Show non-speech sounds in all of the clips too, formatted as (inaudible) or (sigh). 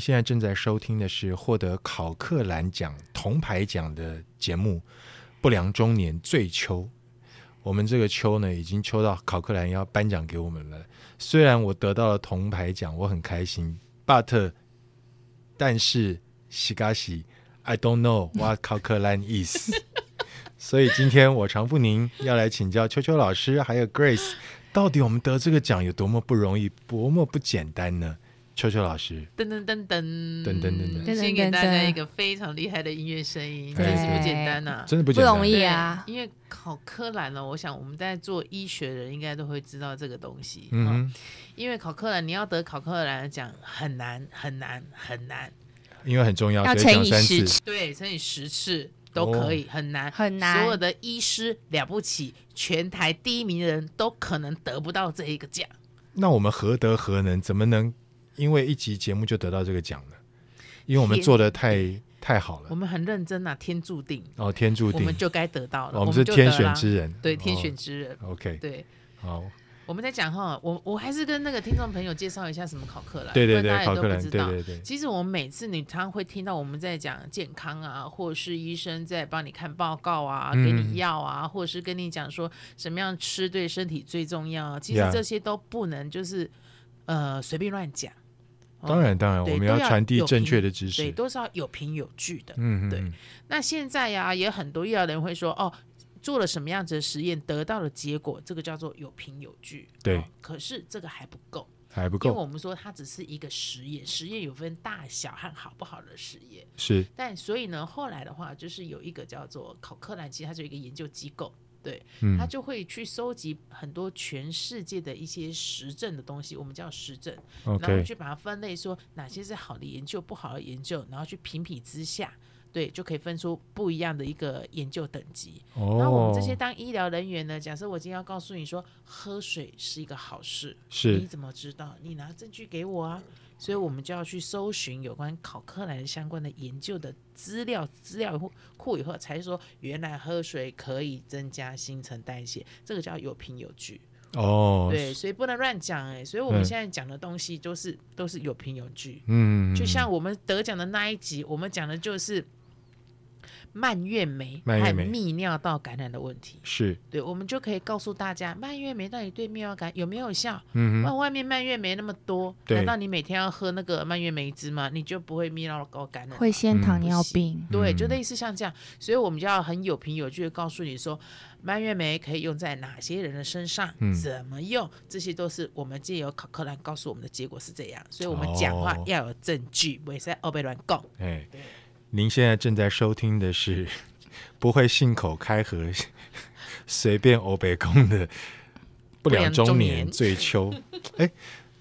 现在正在收听的是获得考克兰奖铜牌奖的节目《不良中年最秋》。我们这个秋呢，已经秋到考克兰要颁奖给我们了。虽然我得到了铜牌奖，我很开心，but 但是西嘎西，I don't know what 考克兰 is。所以今天我常富宁要来请教秋秋老师，还有 Grace，到底我们得这个奖有多么不容易，多么不简单呢？秋秋老师，噔噔噔噔噔噔噔噔先给大家一个非常厉害的音乐声音，对真是不简单呐、真的不不简单，容易啊！因为考科兰呢，我想我们在做医学的人应该都会知道这个东西。嗯嗯，哼，因为考科兰你要得考科兰的奖很难很难很难，因为很重要，要所以乘讲以三十次，对，乘以十次都可哦以，很难很难所有的医师了不起，全台第一名的人都可能得不到这一个奖。那我们何德何能，怎么能因为一集节目就得到这个奖呢？因为我们做的太太好我了，们很认真呐、天注定，哦，天注我定哦们，就该得到了，我们是就得天啦选之人，对天哦选之人，啊 OK，对。好，我们在讲哈，我我还是跟那个听众朋友介绍一下什么考克兰，对对不对，然考大家克也都兰，不知对道。对对，其实我们每次你常常会听到我们在讲健康啊，或者是医生在帮你看报告啊，嗯给你药啊，或者是跟你讲说什么样吃对身体最重要啊。其实 Yeah 这些都不能就是呃随便乱讲，哦当然当然，对我们都要要传递有正凭确的知对，识，都是要有凭有据的。嗯嗯，对嗯那现在呀、也很多医疗人会说哦。做了什么样子的实验，得到的结果，这个叫做有凭有据。对哦可是这个还不够。还不因为够，我们说它只是一个实验，实验有分大小和好不好的实验。是但所以呢，后来的话就是有一个叫做考克兰，其实它就有一个研究机构，对，嗯它就会去收集很多全世界的一些实证的东西，我们叫实证，然后 OK，去把它分类，说哪些是好的研究，不好的研究，然后去评比之下。对，就可以分出不一样的一个研究等级。然后我们这些哦，当医疗人员呢，假设我今天要告诉你说，喝水是一个好事，你是怎么知道？你拿证据给我啊！所以我们就要去搜寻有关考克兰相关的研究的资料、资料库库以后，才说原来喝水可以增加新陈代谢，这个叫有凭有据。哦，对，所以不能乱讲哎、所以我们嗯现在讲的东西都是、都是有凭有据。嗯，嗯，就嗯像我们得奖的那一集，我们讲的就是蔓越莓蔓越和莓泌尿道感染的问题。是，对，我们就可以告诉大家，蔓越莓到底对泌尿感有没有效？嗯那哼，外面蔓越莓那么多，对难道你每天要喝那个蔓越莓汁吗？你就不会泌尿道感染？会先糖尿病，对，嗯就类似像这样，所以我们就要很有凭有据的告诉你说，蔓越莓可以用在哪些人的身上，嗯怎么用，这些都是我们借由考克兰告诉我们的结果是这样，所以我们讲话哦要有证据，不是欧被乱讲。哎，您现在正在收听的是不会信口开河、随便欧北宫的不良良中中年年最秋。哎，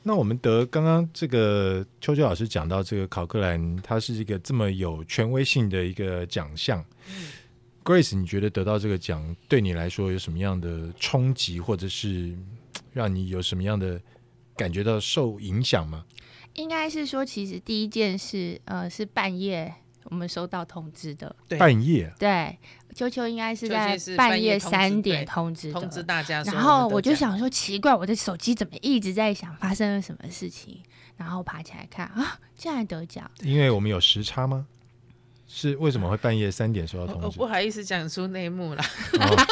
那我们得刚刚这个秋秋老师讲到这个考克兰，它是一个这么有权威性的一个奖项。Grace，你觉得得到这个奖对你来说有什么样的冲击，或者是嘖让你有什么样的感觉到受影响吗？应该是说，其实第一件事，呃，是半夜我们收到通知的，对半夜啊对，秋秋应该是在秋秋是半半夜夜通知三对点通知的，通知大家说然们后我得就奖，想说，奇怪，我的手机怎么一直在响，发生了什么事情？然后爬起来看啊，竟然得奖，因为我们有时差吗？是为什么会半夜三点收到我通我知？哦不好意思讲出内幕啦，哦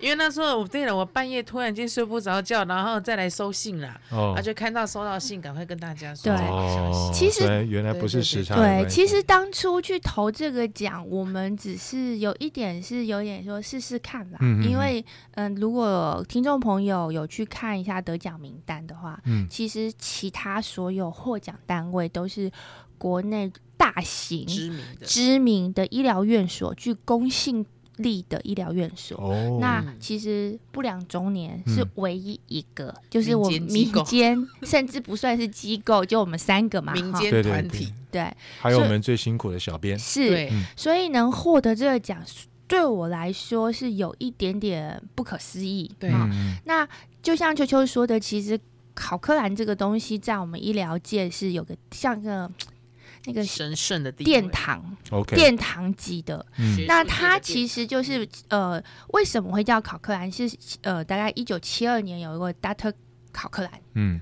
因为那时候我对了，我半夜突然间睡不着觉，然后再来收信啦。 (laughs) 哦啊，就看到收到信，赶快跟大家说。对哦，其实所以原来不是时差的对，关系其实当初去投这个奖，我们只是有一点是有点说试试看啦，嗯嗯嗯因为嗯、如果听众朋友有去看一下得奖名单的话，嗯其实其他所有获奖单位都是国内大型知名的，知名的医疗院所，具公信力的医疗院所。哦，那嗯其实不良中年是嗯唯一一个，就是我们民间机民构间甚至不算是机构，就我们三个嘛，民哈间对对团对体，对还有我们最辛苦的小编，是，嗯所以能获得这个奖，对我来说是有一点点不可思议。对哈嗯嗯那就像秋秋说的，其实考克兰这个东西在我们医疗界是有个像个那个神圣的地位殿堂，OK，殿堂级的，嗯学那术界它的其殿实就是呃，为什么会叫考克兰？是呃，大概一九七二年有一个 d o t r 考克兰，嗯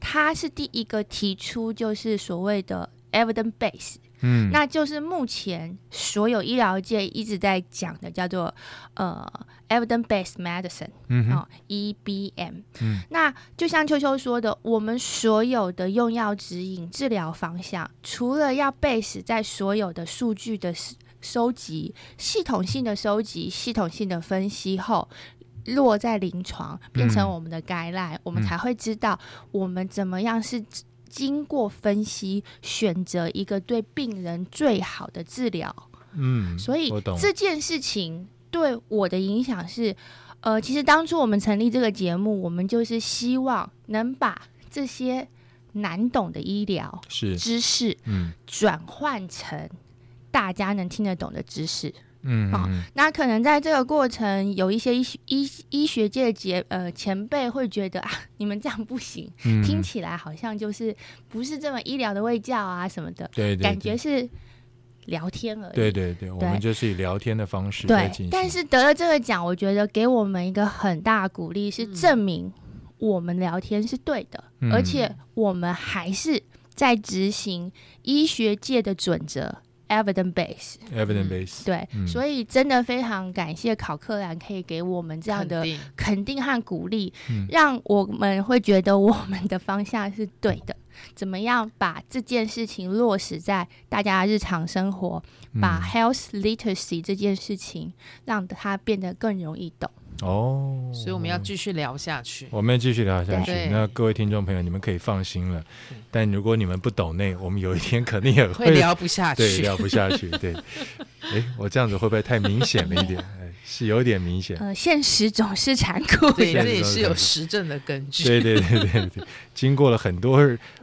他是第一个提出就是所谓的 evidence base，嗯，那就是目前所有医疗界一直在讲的，叫做呃 evidence based medicine。嗯哼哦，EBM。嗯那就像秋秋说的，我们所有的用药指引、治疗方向，除了要 base 在所有的数据的 s- 收集、系统性的收集、系统性的分析后。落在临床，变成嗯我们的 guideline，、我们才会知道我们怎么样是经过分析选择一个对病人最好的治疗。嗯，所以我懂，这件事情对我的影响是，呃，其实当初我们成立这个节目，我们就是希望能把这些难懂的医疗是，知识嗯转换成大家能听得懂的知识。嗯哦嗯那可能在这个过程，有一些医学医医学界的节呃前辈会觉得啊， (laughs) 你们这样不行，嗯，听起来好像就是不是这么医疗的卫教啊什么的，对对感觉是聊天而已。对对对，我对们就是以聊天的方式在对进行，，但是得了这个奖，我觉得给我们一个很大的鼓励，是嗯证明我们聊天是对的，嗯而且我们还是在执行医学界的准则 （evidence base）。 evidence base，对，嗯所以真的非常感谢考克兰可以给我们这样肯的定肯定和鼓励，嗯让我们会觉得我们的方向是对的。怎么样把这件事情落实在大家日常生活，嗯把 health literacy 这件事情让它变得更容易懂。嗯哦，所以我们要继续聊下去。我们继续聊下去对。那各位听众朋友，你们可以放心了对。但如果你们不懂内，我们有一天肯定也会聊不 (laughs) 下对去，聊不下去。对，哎，我这样子会不会太明显了一 (laughs) 点？哎，是有点明嗯显。呃，现实总是残酷对，的。这也是有实证的根 (laughs) 据。对对对对对，经过了很多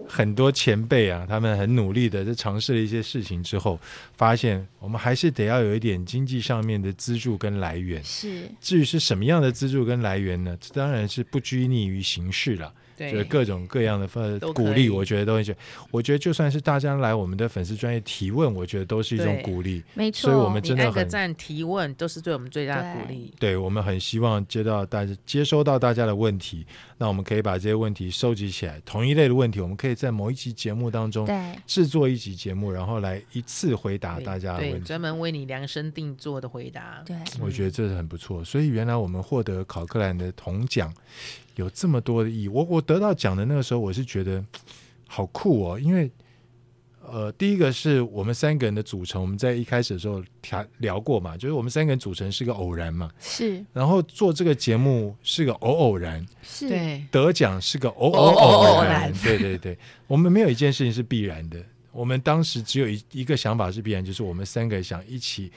很多前辈啊，他们很努力的在尝试了一些事情之后，发现我们还是得要有一点经济上面的资助跟来源。是，至于是什么样的资助跟来源呢？这当然是不拘泥于形式了。就是对，各种各样的呃都可鼓励，以我觉得都会觉得，我觉得就算是大家来我们的粉丝专业提问，我觉得都是一种对鼓励。没所以我们错。真你的按个很，赞、提问都是对我们最大的鼓励。对我们很希望接到大家接收到大家的问题，那我们可以把这些问题收集起来，同一类的问题，我们可以在某一期节目当中对，制作一集节目，然后来一次回答对大家的对问题。专门为你量身定做的回答。对，我觉得这是很不错，所以原来我们获得考克兰的铜奖有这么多的意义。我我得到奖的那个时候，我是觉得好酷哦，因为呃，第一个是我们三个人的组成，我们在一开始的时候聊聊过嘛，就是我们三个人组成是个偶然嘛，是然后做这个节目是个偶偶然，是，对，得奖是个偶偶偶偶然然，对对对，我们没有一件事情是必然的。我们当时只有一一个想法是必然，就是我们三个想一起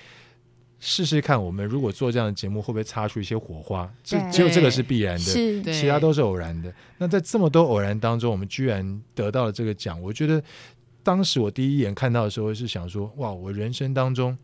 试试看，我们如果做这样的节目会不会擦出一些火花？这对只有这个是必然的，是，对其他都是偶然的。那在这么多偶然当中，我们居然得到了这个奖，我觉得当时我第一眼看到的时候是想说，哇，我人生当中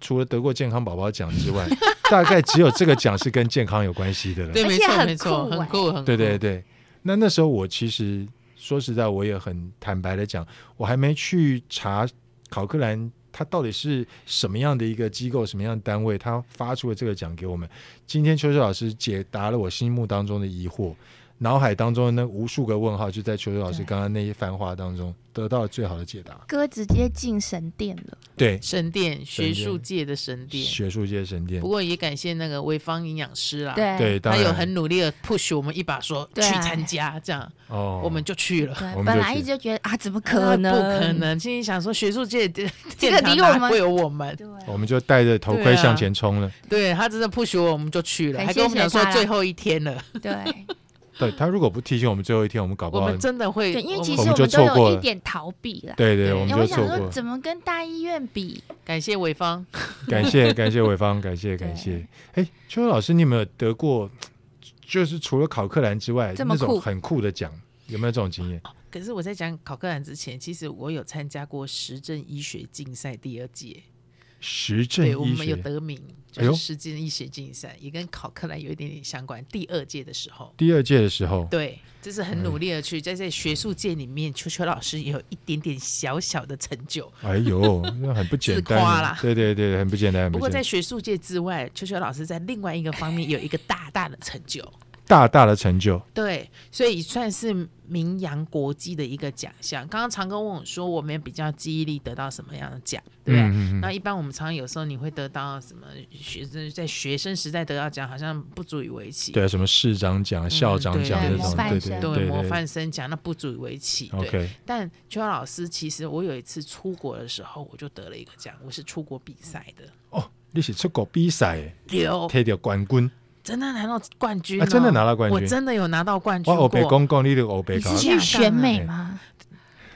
除了得过健康宝宝奖之外，大概只有这个奖是跟健康有关系的了。对，而没且错，很没错，酷很哎酷，很酷。对对对，那那时候我其实说实在，我也很坦白的讲，我还没去查考克兰他到底是什么样的一个机构、什么样的单位，他发出了这个奖给我们。今天秋秋老师解答了我心目当中的疑惑，脑海当中的那无数个问号，就在秋秋老师对刚刚那一番话当中得到了最好的解答。哥直接进神殿了。对，神殿，学殿术界的神殿。学术界神殿不，过也感谢那个潍坊营养师啦，，对啊对，当他然有很努力的 push 我们一把说，对去参加，这样哦，我们就去了。对我们，本就来是一直就觉得啊，怎么啊可能？不可。能！心里想说，学术界的这现个场离哪我们会有我们？我对，们就戴着头盔对啊向前冲了。对他真的 push 我，我们就去了，很还跟我们谢讲谢说他啦最后一天了，对， (laughs) 对他如果不提醒我们最后一天，我们搞不我好们真的会，对，因为其我实们们我就们都错过有了一点逃避了。对对，对我们就哎我错想过说，。怎么跟大医院比？感谢潍坊， (laughs) 感谢感谢潍坊，感谢感谢。哎，秋秋老师，你有没有得过？就是除了考克兰之外，这么那种酷很酷的奖，有没有这种经验？可是我在讲考克兰之前，其实我有参加过实证医学竞赛第二届，实证对我医们有学得名，哎就呦是实证医学竞赛，也跟考克兰有一点点相关。第二届的时候，第二届的时候，对，就是很努力的去嗯在这学术界里面，秋秋老师也有一点点小小的成就。哎呦，那很不简自夸单啦。对对对，很不简单，很不不过简在单。学术界之外，秋秋老师在另外一个方面有一个大大的成就。大大的成就。对，所以算是名扬国际的一个奖项。刚刚常哥问我说，我们比较记忆力得到什么样的奖，对不啊对？嗯嗯那一般我们常常有时候你会得到什么学生在学生时代得到奖，好像不足以为奇。对啊，什么市长奖、校长奖嗯对这种，模范对对生对，模对对。范生奖那不足以为奇。对 OK，但邱老师，其实我有一次出国的时候，我就得了一个奖，我是出国比赛的，哦，你是出国比赛的，有摕到冠军，真的拿到冠军、啊，哦真的拿到冠我军。真的有拿到冠军我过，欧北公公，你的欧北你公是，去选美哎吗？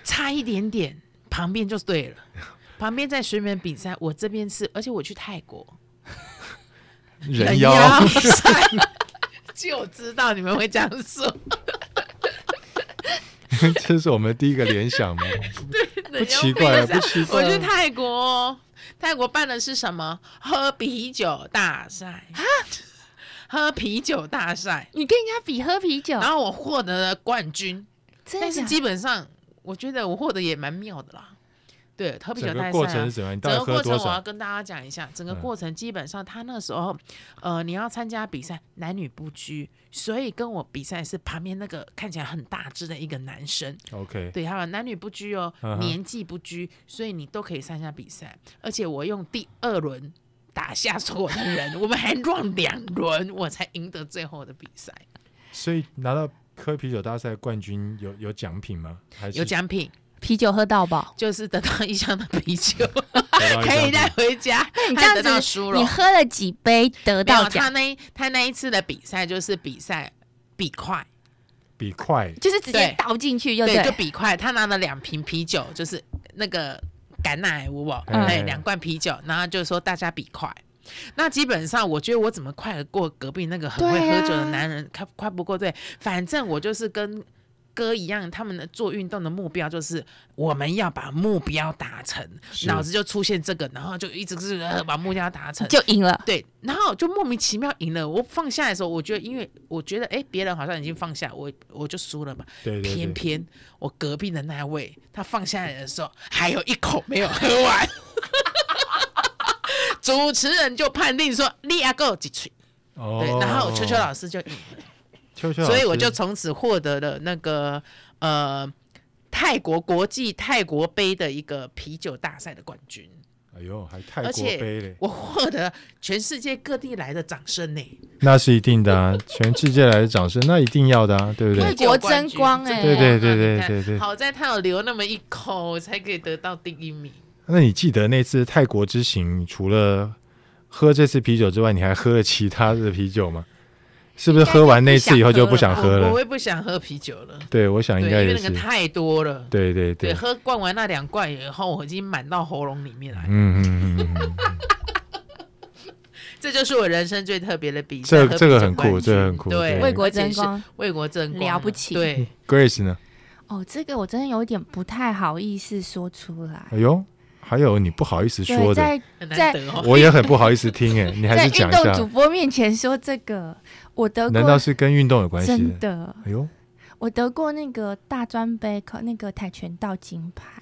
差一点点，旁边就对 (laughs) 了。旁边在水美比赛，我这边是，而且我去泰国，人妖，就知道你们会这样 (laughs) 说， (laughs) 这是我们第一个联想嘛，不不奇怪，啊不奇我怪。去泰国哦，泰国办的是什么？喝啤酒大赛喝啤酒大赛，你跟人家比喝啤酒啊然，后我获得了冠军，真的但是假基本上我觉得我获得也蛮妙的啦。对，喝啤酒整大个赛、啊、过程是怎么样？你整到底个喝过程多我要少？跟大家讲一下，整个嗯过程基本上他那时候，呃，你要参加比赛，男女不拘，所以跟我比赛是旁边那个看起来很大只的一个男生， OK，对，他们男女不拘哦嗯，哼年纪不拘，所以你都可以参加比赛，而且我用第二轮。打下所有的人，我们还乱两轮，我才赢得最后的比赛，所以拿到喝啤酒大赛冠军有有奖品吗？还是有奖品，啤酒喝到饱。就是得到一箱的啤酒，得到一可张以带奖回家。 (laughs) 你还这样得到子殊，荣你喝了几杯得没有到他奖，那一他那一次的比赛就是比赛比快，比快就是直接对倒进去就对，对就了。比快。他拿了两瓶啤酒，就是那个橄榄海乌哦，嗯哎、两罐啤酒，然后就说大家比快。那基本上，我觉得我怎么快得过隔壁那个很会对啊喝酒的男人，快、快不过对。反正我就是跟哥一样，他们的做运动的目标就是我们要把目标达成，是脑子就出现这个，然后就一直是呃把目标达成，就 (laughs) 赢了，对，然后就莫名其妙赢了。我放下来的时候，我觉得，因为我觉得，哎，别人好像已经放下，我我就输了嘛。对对偏对，偏我隔壁的那位，他放下来的时候，还有一口没有喝完。主持人就判定说，你阿够几锤，哦对，然后秋秋老师就赢了，秋秋老师，所以我就从此获得了那个呃泰国国际泰国杯的一个啤酒大赛的冠军，哎呦，还泰而国且杯嘞，我获得全世界各地来的掌声呢、那是一定的啊，全世界来的掌声，那一定要的啊，对不为对？国争光哎对对对对对对好在他有留那么一口，才可以得到第一名。那你记得那次泰国之行，除了喝这次啤酒之外，你还喝了其他的啤酒吗？是不是喝完那次以后就不想喝我了我？会不想喝啤酒了，对，我想对，应因该为也那是个。太多了。对对对，对，喝灌完那两罐以后，我已经满到喉咙里面来。嗯嗯嗯嗯，这就是我人生最特别的比这赛。喝啤酒这个很冠酷，这军个很酷。对为国争光。为国争光啊，了不起对， Grace 呢？哦，这个我真的有点不太好意思说出来。哎呦，还有你不好意思对，说的，在很在难得哦。我也很不好意思听哎，你还在是运讲一动主下。播面前说这个，我得难道过是跟运动有关系真的？的，哎呦，我得过那个大专杯考那个跆拳道金牌，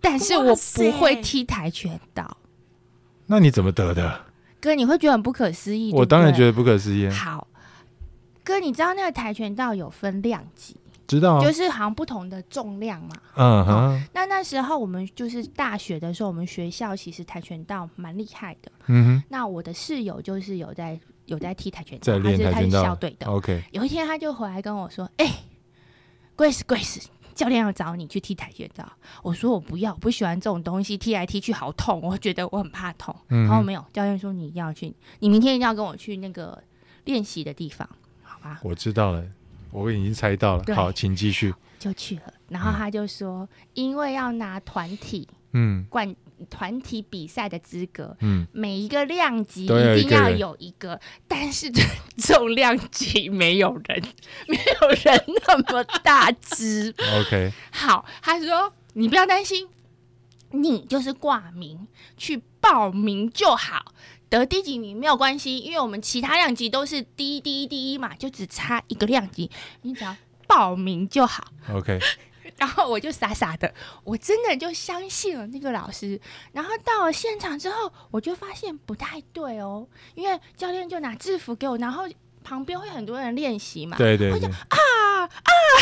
但是我哇塞不会踢跆拳道。那你怎么得的？哥，你会觉得很不可思议。我当然觉得得不可思议啊，好。哥，你知道那个跆拳道有分量级，知道啊就，是好像不同的重量嘛。嗯哼，那那时候我们就是大学的时候，我们学校其实跆拳道蛮厉害的。嗯那我的室友就是有在有在踢跆拳在道，他练是跆他是拳道哦校队的哼。，OK，有一天他就回来跟我说：“哎、g r a c e Grace，教练要找你去踢跆拳道。”我说：“我不要，我不喜欢这种东西，踢来踢去好痛，我觉得我很怕痛。嗯然后哼，没有，教练说：“你一定要去，你明天一定要跟我去那个练习的地方，好吧？”我知道了，我已经猜到了。对好，请继续。就去了。然后他就说：“因为要拿团体嗯冠团体比赛的资格，嗯，每一个量级都要一定要一个人有一个，但是这重量级没有人， (laughs) 没有人那么大只。 OK， (laughs) 好，他说你不要担心，你就是挂名去报名就好，得第几名没有关系，因为我们其他量级都是第一、第一、第一嘛，就只差一个量级，你只要报名就好。 OK，然后我就傻傻的，我真的就相信了那个老师。然后到了现场之后，我就发现不太对哦，因为教练就拿制服给我，然后旁边会很多人练习嘛，对对对， (laughs)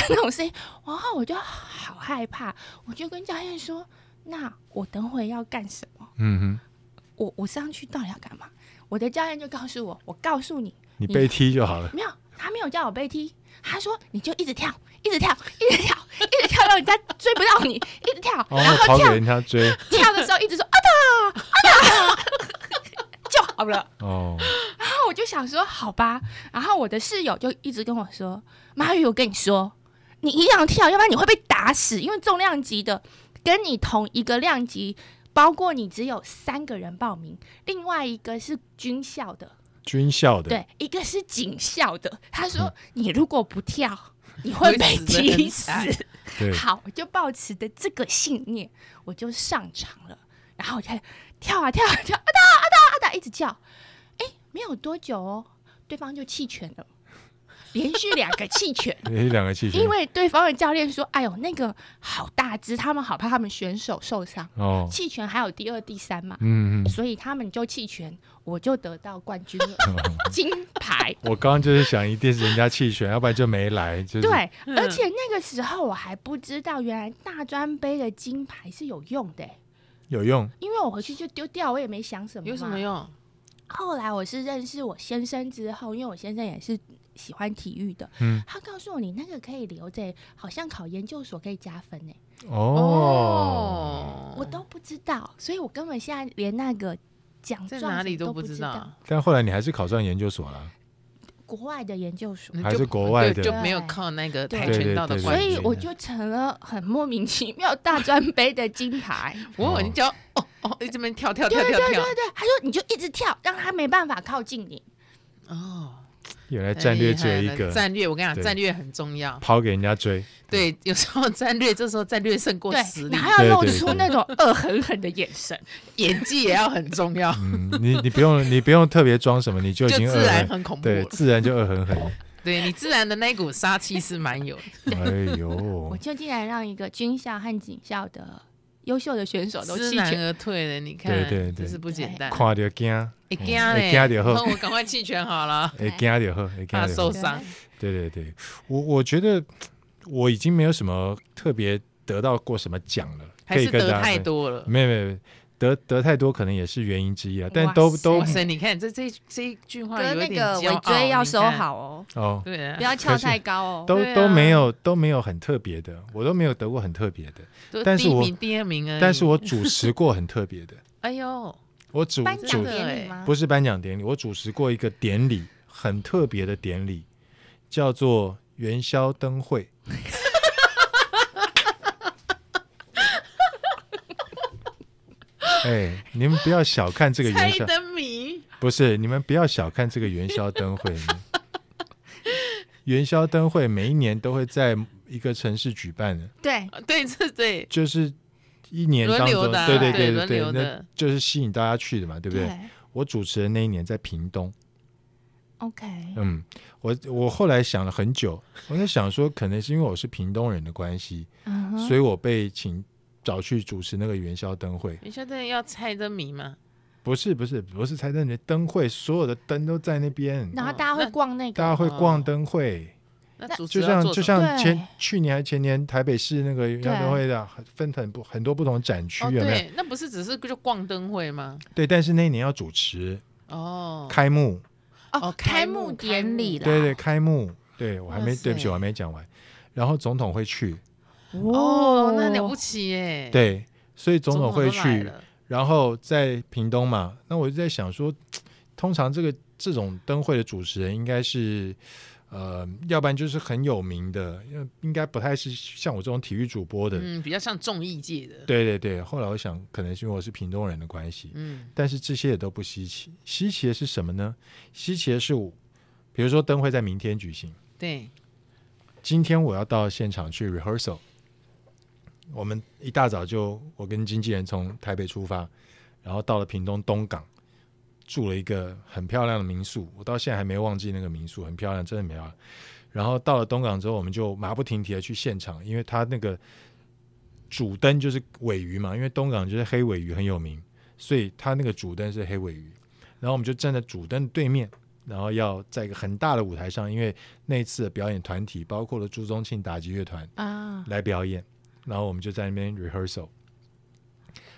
那种声音，然后我就好害怕，我就跟教练说：“那我等会要干什么？嗯哼，我我上去到底要干嘛？”我的教练就告诉我：“我告诉你，你被踢就好了。没有，他没有叫我背踢，他说你就一直跳，一直跳，一直跳，一直跳到人家追不到你，一直跳，哦 (laughs) 然，后跑给跳人家追跳的时候一直说啊哒啊哒 (laughs) 就好了。”哦，然后我就想说，好吧。然后我的室友就一直跟我说：“马宇，我跟你说，你一样跳，要不然你会被打死，因为重量级的跟你同一个量级，包括你只有三个人报名，另外一个是军校的，军校的，对，一个是警校的。”他说：“你如果不跳，你会被会死得踢很死。惨”对。好，我就抱持的这个信念，我就上场了。然后我就开始跳啊跳啊跳，啊哒啊哒啊哒，一直叫。哎，没有多久哦，对方就弃权了，连续两个弃权也是两个气球因为对方的教练说：“哎呦，那个好大只，他们好怕他们选手受伤。哦，弃权还有第二、第三嘛，嗯嗯，所以他们就弃权，我就得到冠军了金牌。我刚刚就是想一定是人家弃权，要不然就没来，就是对，而且那个时候我还不知道，原来大专杯的金牌是有用的欸、有用因为我回去就丢掉，我也没想什么。有什么？用？后来我是认识我先生之后，因为我先生也是喜欢体育的，嗯他告诉我你那个可以留着欸，好像考研究所可以加分呢、欸哦。我都不知道，所以我根本现在连那个奖在状哪什里么都不知道，，但后来你还是考上研究所了，国外的研究所那。还就是国外的对就没有靠那个对跆拳道的对对所冠对军。以我就成了很莫名其妙大专杯的金牌，我很教哦哦，一直边跳跳对 (laughs) 跳对跳对对跳对，他说你就一直跳，让他没办法靠近你，哦，原来太战略哎厉只有害一了个，战略，我跟你讲，对嗯战略很重要。跑给人家追，对，有时候战略，这时候战略胜过对实， (laughs) 力然，后要露对对出对那种恶狠狠的眼神，演技也要很重要，嗯，你你不用 (laughs) 你不用特别装什么，你就已就经自恶然狠，很恐怖对，了。自然就恶狠 (laughs) 狠了。对你自然的那一股杀气是蛮有的，哎呦我，就竟然让一个军校和警校的优秀的选手都知弃难权，而退的。你看，对对对这是不简单。看着惊，嗯哎，惊嘞！会惊就好那 (laughs) 我赶快弃权好了，哎，惊就好，哎，怕惊就好受。伤。 (laughs) 对对对，我我觉得我已经没有什么特别得到过什么奖了，还可以是跟得大家太分多了。没有没有没有得得太多可能也是原因之一啊，但都哇塞都哇塞，你看这这这一句话哥有那一点个骄尾傲，椎要你收看。好哦，哦对啊不，要翘太高哦。都对啊都没有都没有很特别的，我都没有得过很特别的，都但第是一我名、第二名而已。但是我主持过很特别的，哎呦，我主颁奖主真的典礼哎吗？不是颁奖典礼，我主持过一个典礼，很特别的典礼，叫做元宵灯会。哎，你们不要小看这个猜元宵，灯谜，不是你们不要小看这个元宵灯会。元宵灯会每一年都会在一个城市举办的，对，啊对，这对就是一年轮当流中，的啊，对对对轮对流那的。就是吸引大家去的嘛，对不对？我主持的那一年在屏东， OK，嗯，我我后来想了很久，我在想说，可能是因为我是屏东人的关系，嗯哼所以我被请找去主持那个元宵灯会。你说真的要猜灯谜吗？不是不是不是猜灯谜，灯会所有的灯都在那边，然后大家会逛那大家个，会逛灯会，那那主持就人要像做就什么像前对去年还前年台北市那个元宵对灯会的很分很不很多不同展区哦，有没有？对，那不是只是就逛灯会吗？对，但是那一年要主持哦，开幕，哦，哦开开幕幕典礼啦。对对，开幕，对我还哇没塞对不起我还没讲完，然后总统会去，哦，那了不起耶！，对，所以总总统都会来去。了，然后在屏东嘛，那我就在想说，通常这个这种灯会的主持人应该是，呃，要不然就是很有名的，因为应该不太是像我这种体育主播的。嗯，比较像综艺界的，对对对，后来我想，可能是因为我是屏东人的关系，嗯，但是这些也都不稀奇。稀奇的是什么呢？稀奇的是我，比如说灯会在明天举行，对，今天我要到现场去 rehearsal。我们一大早就，我跟经纪人从台北出发，然后到了屏东东港，住了一个很漂亮的民宿。我到现在还没忘记那个民宿，很漂亮，真的很漂亮。然后到了东港之后，我们就马不停蹄的去现场，因为它那个主灯就是尾鱼嘛，因为东港就是黑尾鱼很有名，所以它那个主灯是黑尾鱼。然后我们就站在主灯对面，然后要在一个很大的舞台上，因为那一次的表演团体包括了朱宗庆打击乐团啊，来表演，然后我们就在那边 rehearsal。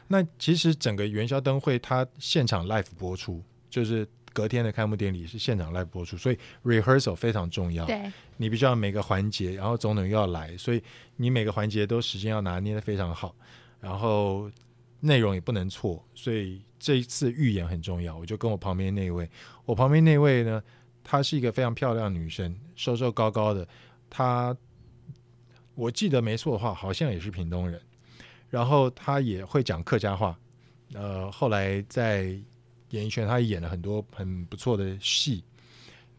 那其实整个元宵灯会它现场 live 播出，就是隔天的开幕典礼是现场 live 播出，所以 rehearsal 非常重要。对，你必须要每个环节，然后总统又要来，所以你每个环节都时间要拿捏的非常好，然后内容也不能错，所以这一次预演很重要。我就跟我旁边那位，我旁边那位呢，她是一个非常漂亮的女生，瘦瘦高高的，她我记得没错的话，好像也是屏东人，然后她也会讲客家话，呃，后来在演艺圈她也演了很多很不错的戏，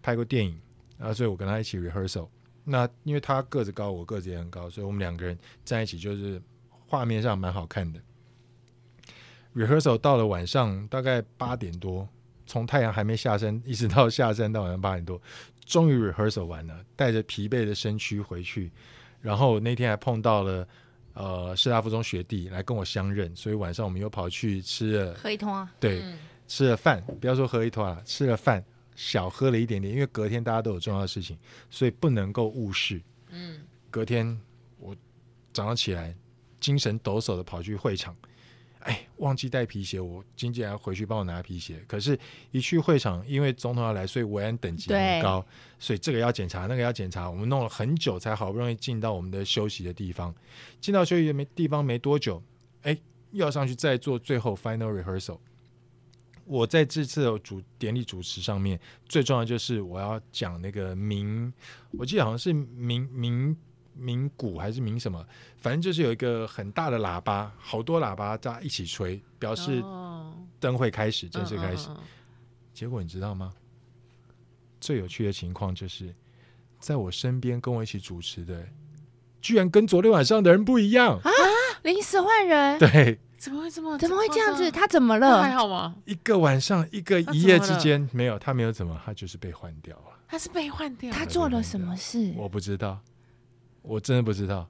拍过电影。啊，所以我跟他一起 rehearsal。那因为他个子高，我个子也很高，所以我们两个人在一起就是画面上蛮好看的。rehearsal 到了晚上大概八点多，从太阳还没下山一直到下山到晚上八点多，终于 rehearsal 完了，带着疲惫的身躯回去。然后那天还碰到了呃师大附中学弟来跟我相认，所以晚上我们又跑去吃了喝一通啊，对、嗯吃了饭，不要说喝一坨了，吃了饭，小喝了一点点，因为隔天大家都有重要的事情，所以不能够误事。嗯，隔天我早上起来，精神抖擞的跑去会场，哎，忘记带皮鞋，我经纪人回去帮我拿皮鞋。可是，一去会场，因为总统要来，所以维安等级很高，所以这个要检查，那个要检查，我们弄了很久才好不容易进到我们的休息的地方。进到休息的没地方没多久，哎，又要上去再做最后 final rehearsal。我在这次的主典礼主持上面，最重要就是我要讲那个民，我记得好像是民民民鼓还是民什么，反正就是有一个很大的喇叭，好多喇叭在一起吹，表示哦灯会开始，正式开始。嗯嗯嗯结果你知道吗？最有趣的情况就是，在我身边跟我一起主持的，居然跟昨天晚上的人不一样。啊临时换人，对，怎么会这么怎么会这样子？夸张他怎么那还了？好吗？一个晚上，一个他一怎夜么之了间，没有他没有怎么，他就是被换掉了。他是被换掉，他做了什么事？我不知道，我真的不知道。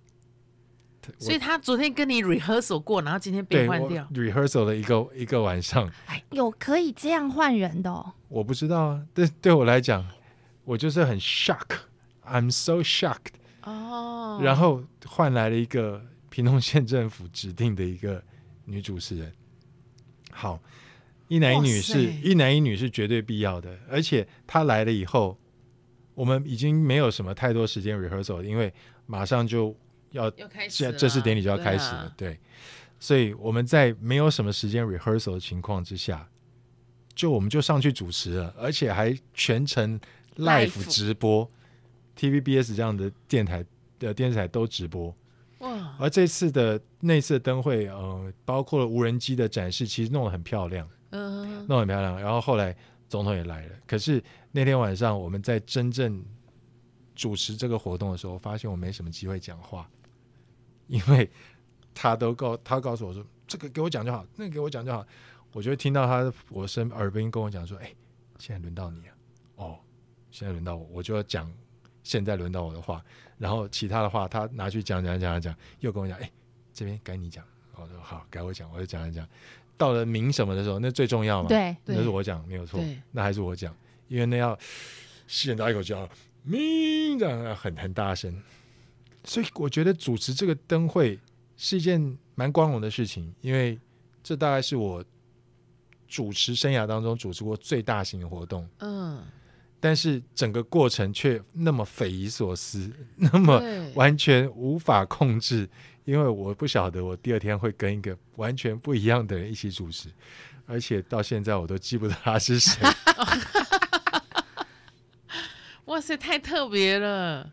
他我所以他昨天跟你 rehearsal 过，然后今天被对换我掉。 rehearsal 了一个一个晚上，有可以这样换人的、哦，我不知道啊。对对我来讲，我就是很 shock，I'm so shocked。哦，然后换来了一个屏东县政府指定的一个女主持人。好，一男一女哇是塞一男一女是绝对必要的，而且她来了以后，我们已经没有什么太多时间 rehearsal，因为马上就要要开始现了，在正式典礼就要对开始了啊，。对，所以我们在没有什么时间 rehearsal 的情况之下，就我们就上去主持了，而且还全程 live Live 直播，TVBS 这样的电台的电视台都直播。哇，而这次的那次的灯会，呃，包括了无人机的展示，其实弄得很漂亮，嗯，弄得很漂亮。然后后来总统也来了，可是那天晚上我们在真正主持这个活动的时候，发现我没什么机会讲话，因为他都告他告诉我说这个给我讲就好，那个给我讲就好，我就会听到他我身耳边跟我讲说，哎，现在轮到你了，哦，现在轮到我，我就要讲。现在轮到我的话，然后其他的话他拿去讲讲讲讲，又跟我讲，哎，这边该你讲，我说好，该我讲，我就讲讲讲。到了明什么的时候，那最重要嘛，对，对那是我讲没有错对，那还是我讲，因为那要吸人到一口气啊，咪这样要很很大声，所以我觉得主持这个灯会是一件蛮光荣的事情，因为这大概是我主持生涯当中主持过最大型的活动，嗯，但是整个过程却那么匪夷所思， (laughs) 那么对，完全无法控制，因为我不晓得我第二天会跟一个完全不一样的人一起主持，而且到现在我都记不得他是谁。哇塞，太特别了，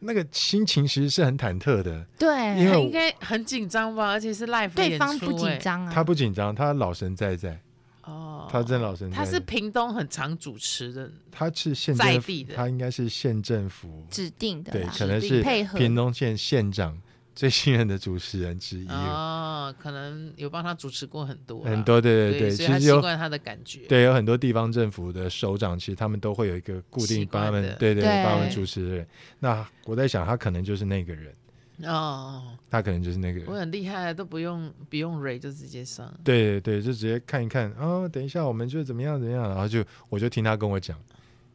那个心情其实是很忐忑的，因对，为他我应该很紧张吧？而且是 live 对演方出不紧哎，张啊，他不紧张，他老神在在，哦，他真老神在在。他是屏东很常主持的，他是县政在府地，的啊他应该是县政府，指定的对，啦，可能指是定配合屏东县县长最信任的主持人之一。哦，可能有帮他主持过很多啦很多，对对对，对，所其以他实习有惯他的感觉，对，有很多地方政府的首长，其实他们都会有一个固定习帮惯他们，的对对，对帮他们主持的人。那我在想，他可能就是那个人，哦，他可能就是那个我人。很厉害，啊都不用不用 r 就直接上，对对对，就直接看一看，哦，等一下我们就怎么样怎么样，然后就我就听他跟我讲，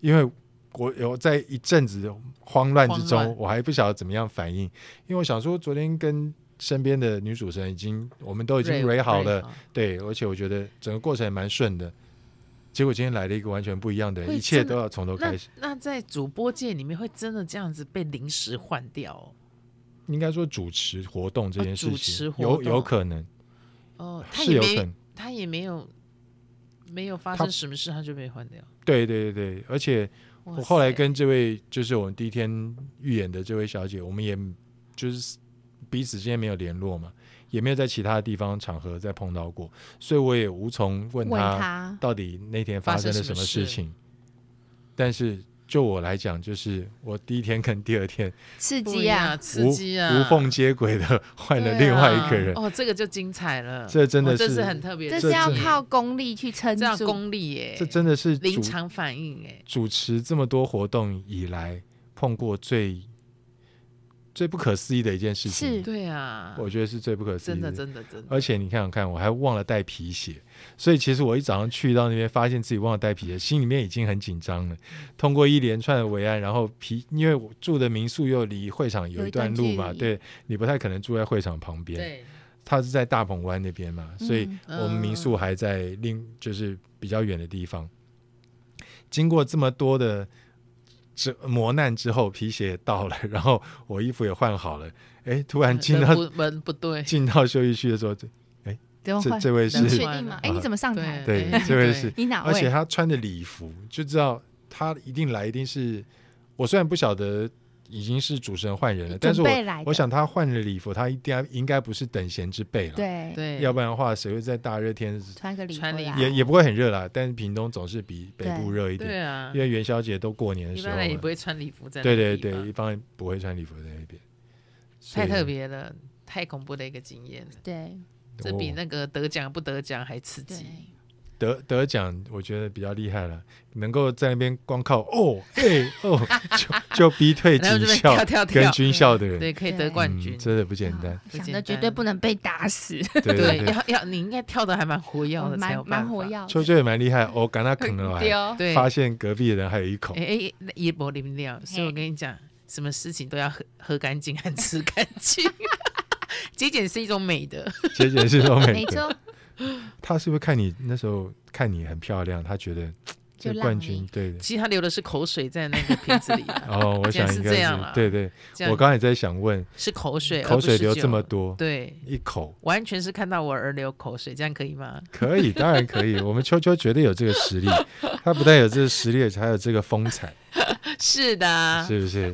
因为我有在一阵子慌乱之慌中，乱我还不晓得怎么样反应，因为我想说昨天跟身边的女主持人已经，我们都已经 Ray- 蕊好 Ray 了，，对，而且我觉得整个过程还蛮顺的。结果今天来了一个完全不一样的人，会一切真的都要从头那开始。那在主播界里面会真的这样子被临时换掉哦？应该说主持活动这哦件事主情，持活有有动可能哦，他是也有可没能，他也没有没有发他生什么事，他就被换掉。对对对对，而且哇我后来塞跟这位就是我们第一天预演的这位小姐，我们也就是彼此之间没有联络嘛，也没有在其他地方场合再碰到过，所以我也无从问问她他到底那天发生了什么事情。但是就我来讲，就是我第一天跟第二天刺不激一样啊，刺无激啊，无缝接轨的 (laughs) 换了对另外啊一个人，哦，这个就精彩了，这真的哦这是是很特别的这这事情，是要真的靠功力去撑这样住。功力耶，这真的是主临场反应哎，主持这么多活动以来碰过最最不可思议的一件事情。是对啊，我觉得是哎最不可思议真的真的真的，而且你看看看，我还忘了带皮鞋，所以其实我一早上去到那边，发现自己忘了带皮鞋，心里面已经很紧张了。通过一连串的维安，然后皮，因为我住的民宿又离会场有有一一段段路距嘛，离对你不太可能住在会场旁边，对，它是在大鹏湾那边嘛，所以嗯我们民宿还在另就是比较远的地方。经过这么多的这磨难之后，皮鞋也到了，然后我衣服也换好了，哎，突然进到呃门不门不对， (laughs) 进到休息区的时候，怎么这换？这位你是能确换定吗啊？哎，你怎么上台？对哎这位是你哪而且位？他穿的礼服就知道他一定来，一定是我虽然不晓得已经是主持人换人了，但是准我备来的我想他换了礼服，他一定应该不是等闲之辈了，，对，对，要不然的话谁会在大热天穿个礼服穿礼啦服也也不会很热啦，但是屏东总是比北部热一点，啊对啊因，为元宵节都过年的一时般候人也嘛不，会穿礼服在那对对个地对，方一般不会穿礼服在那边，太特所以别了，太恐怖的一个经验哦了，对这比我那个得奖不得奖还刺对激。，得得奖，我觉得比较厉害了，能够在那边光靠哦哎哦就就逼退 (laughs) 然后警这边校跳跳跟跳，军校的人，对，可以得对冠军嗯，，真的不简单。不想简的绝单对不能被打死，对对，对，要要你应该跳的还蛮活跃的，才有蛮蛮办火法。药的。秋秋也蛮厉害，我赶他啃了来，丢对，发现隔壁的人还有一口哎，哎，那也不淋料，所以我嘿跟你讲，什么事情都要喝喝干净和吃干净。 (laughs) 节俭是一种美德，姐姐是说美没的。错，他是不是看你那时候看你很漂亮，他觉得这就让冠军你 (laughs) 对的？其实他流的是口水在那个瓶子里 (laughs) 啊，哦，我竟 (laughs) 然想是应该这样啦对对，这样我刚才在想问，是口水，而口不水是流酒这么，多，对，一口完全是看到我而流口水，这样可以吗？可以，当然可以。我们秋秋绝对有这个实力，他不但有这个实力，还有这个风采，是啊的，是不是？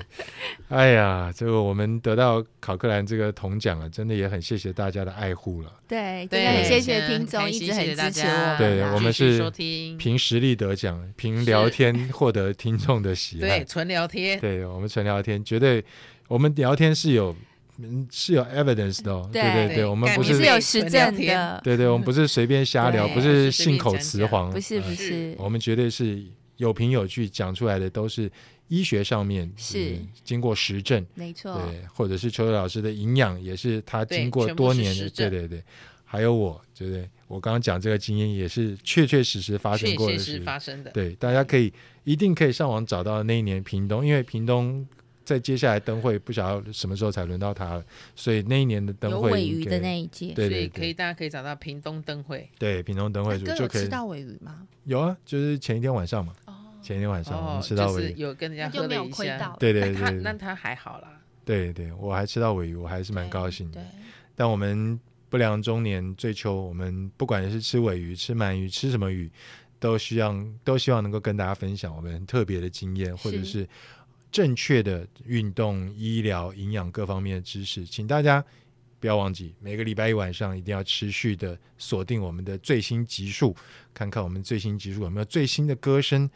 哎呀，这个我们得到考克兰这个铜奖啊，真的也很谢谢大家的爱护了。对，真对，的很谢谢很听众开一心直很谢谢大支持家我对们啊。我们继续是收听，凭实力得奖，凭聊天获得听众的喜爱对，。纯聊天，对，我们纯聊天，绝对我们聊天是有嗯是有 evidence 的、哦，对对对，对我们干不我你是们是有实证纯聊的，对对，我们不是随便瞎聊，对不是信口雌黄，不是呃不是，我们绝对是有凭有据讲出来的，都是医学上面是嗯经过实证，没错，对，或者是邱邱老师的营养也是他对经过全部多是年的，实对证对对，还有我，对不对？我刚刚讲这个经验也是确确实实发生确过确的实事，发生的，对，大家可以一定可以上网找到那一年屏东，因为屏东在接下来灯会不晓得什么时候才轮到它了，所以那一年的灯有会尾应鱼该的那一届，对所对以可以对大家可以找到屏东灯会，对屏东灯会那组哎哥就有可吃以到尾鱼吗？有啊，就是前一天晚上嘛，哦，前一天晚上我哦们，吃到就尾是鱼，有跟人那家就喝没了有一亏下到，，对对但他对那对他还好啦，对对，我还吃到尾鱼，我还是蛮高兴嗯的对。，但我们不良中年追求，我们不管是吃尾鱼、吃鳗鱼、吃什么鱼，都希望都希望能够跟大家分享我们很特别的经验，或者是正确的运动、医疗、营养各方面的知识，请大家。不要忘记，每个礼拜一晚上一定要持续的锁定我们的最新集数，看看我们最新集数有没有最新的歌声。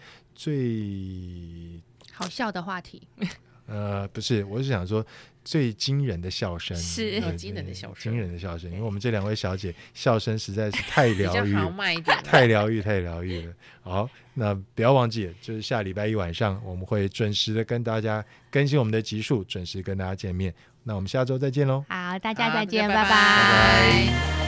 最好笑的话题，呃，不是，我是想说最惊人的笑声，是对哦对惊人的笑声惊人的笑声，因为我们这两位小姐笑声实在是太 (laughs) 比较疗愈豪了，迈一点啦，太疗愈，太疗愈了。好，那不要忘记，就是下礼拜一晚上我们会准时的跟大家更新我们的集数，准时跟大家见面。那我们下周再见喽。好，大家好大家再见，拜拜拜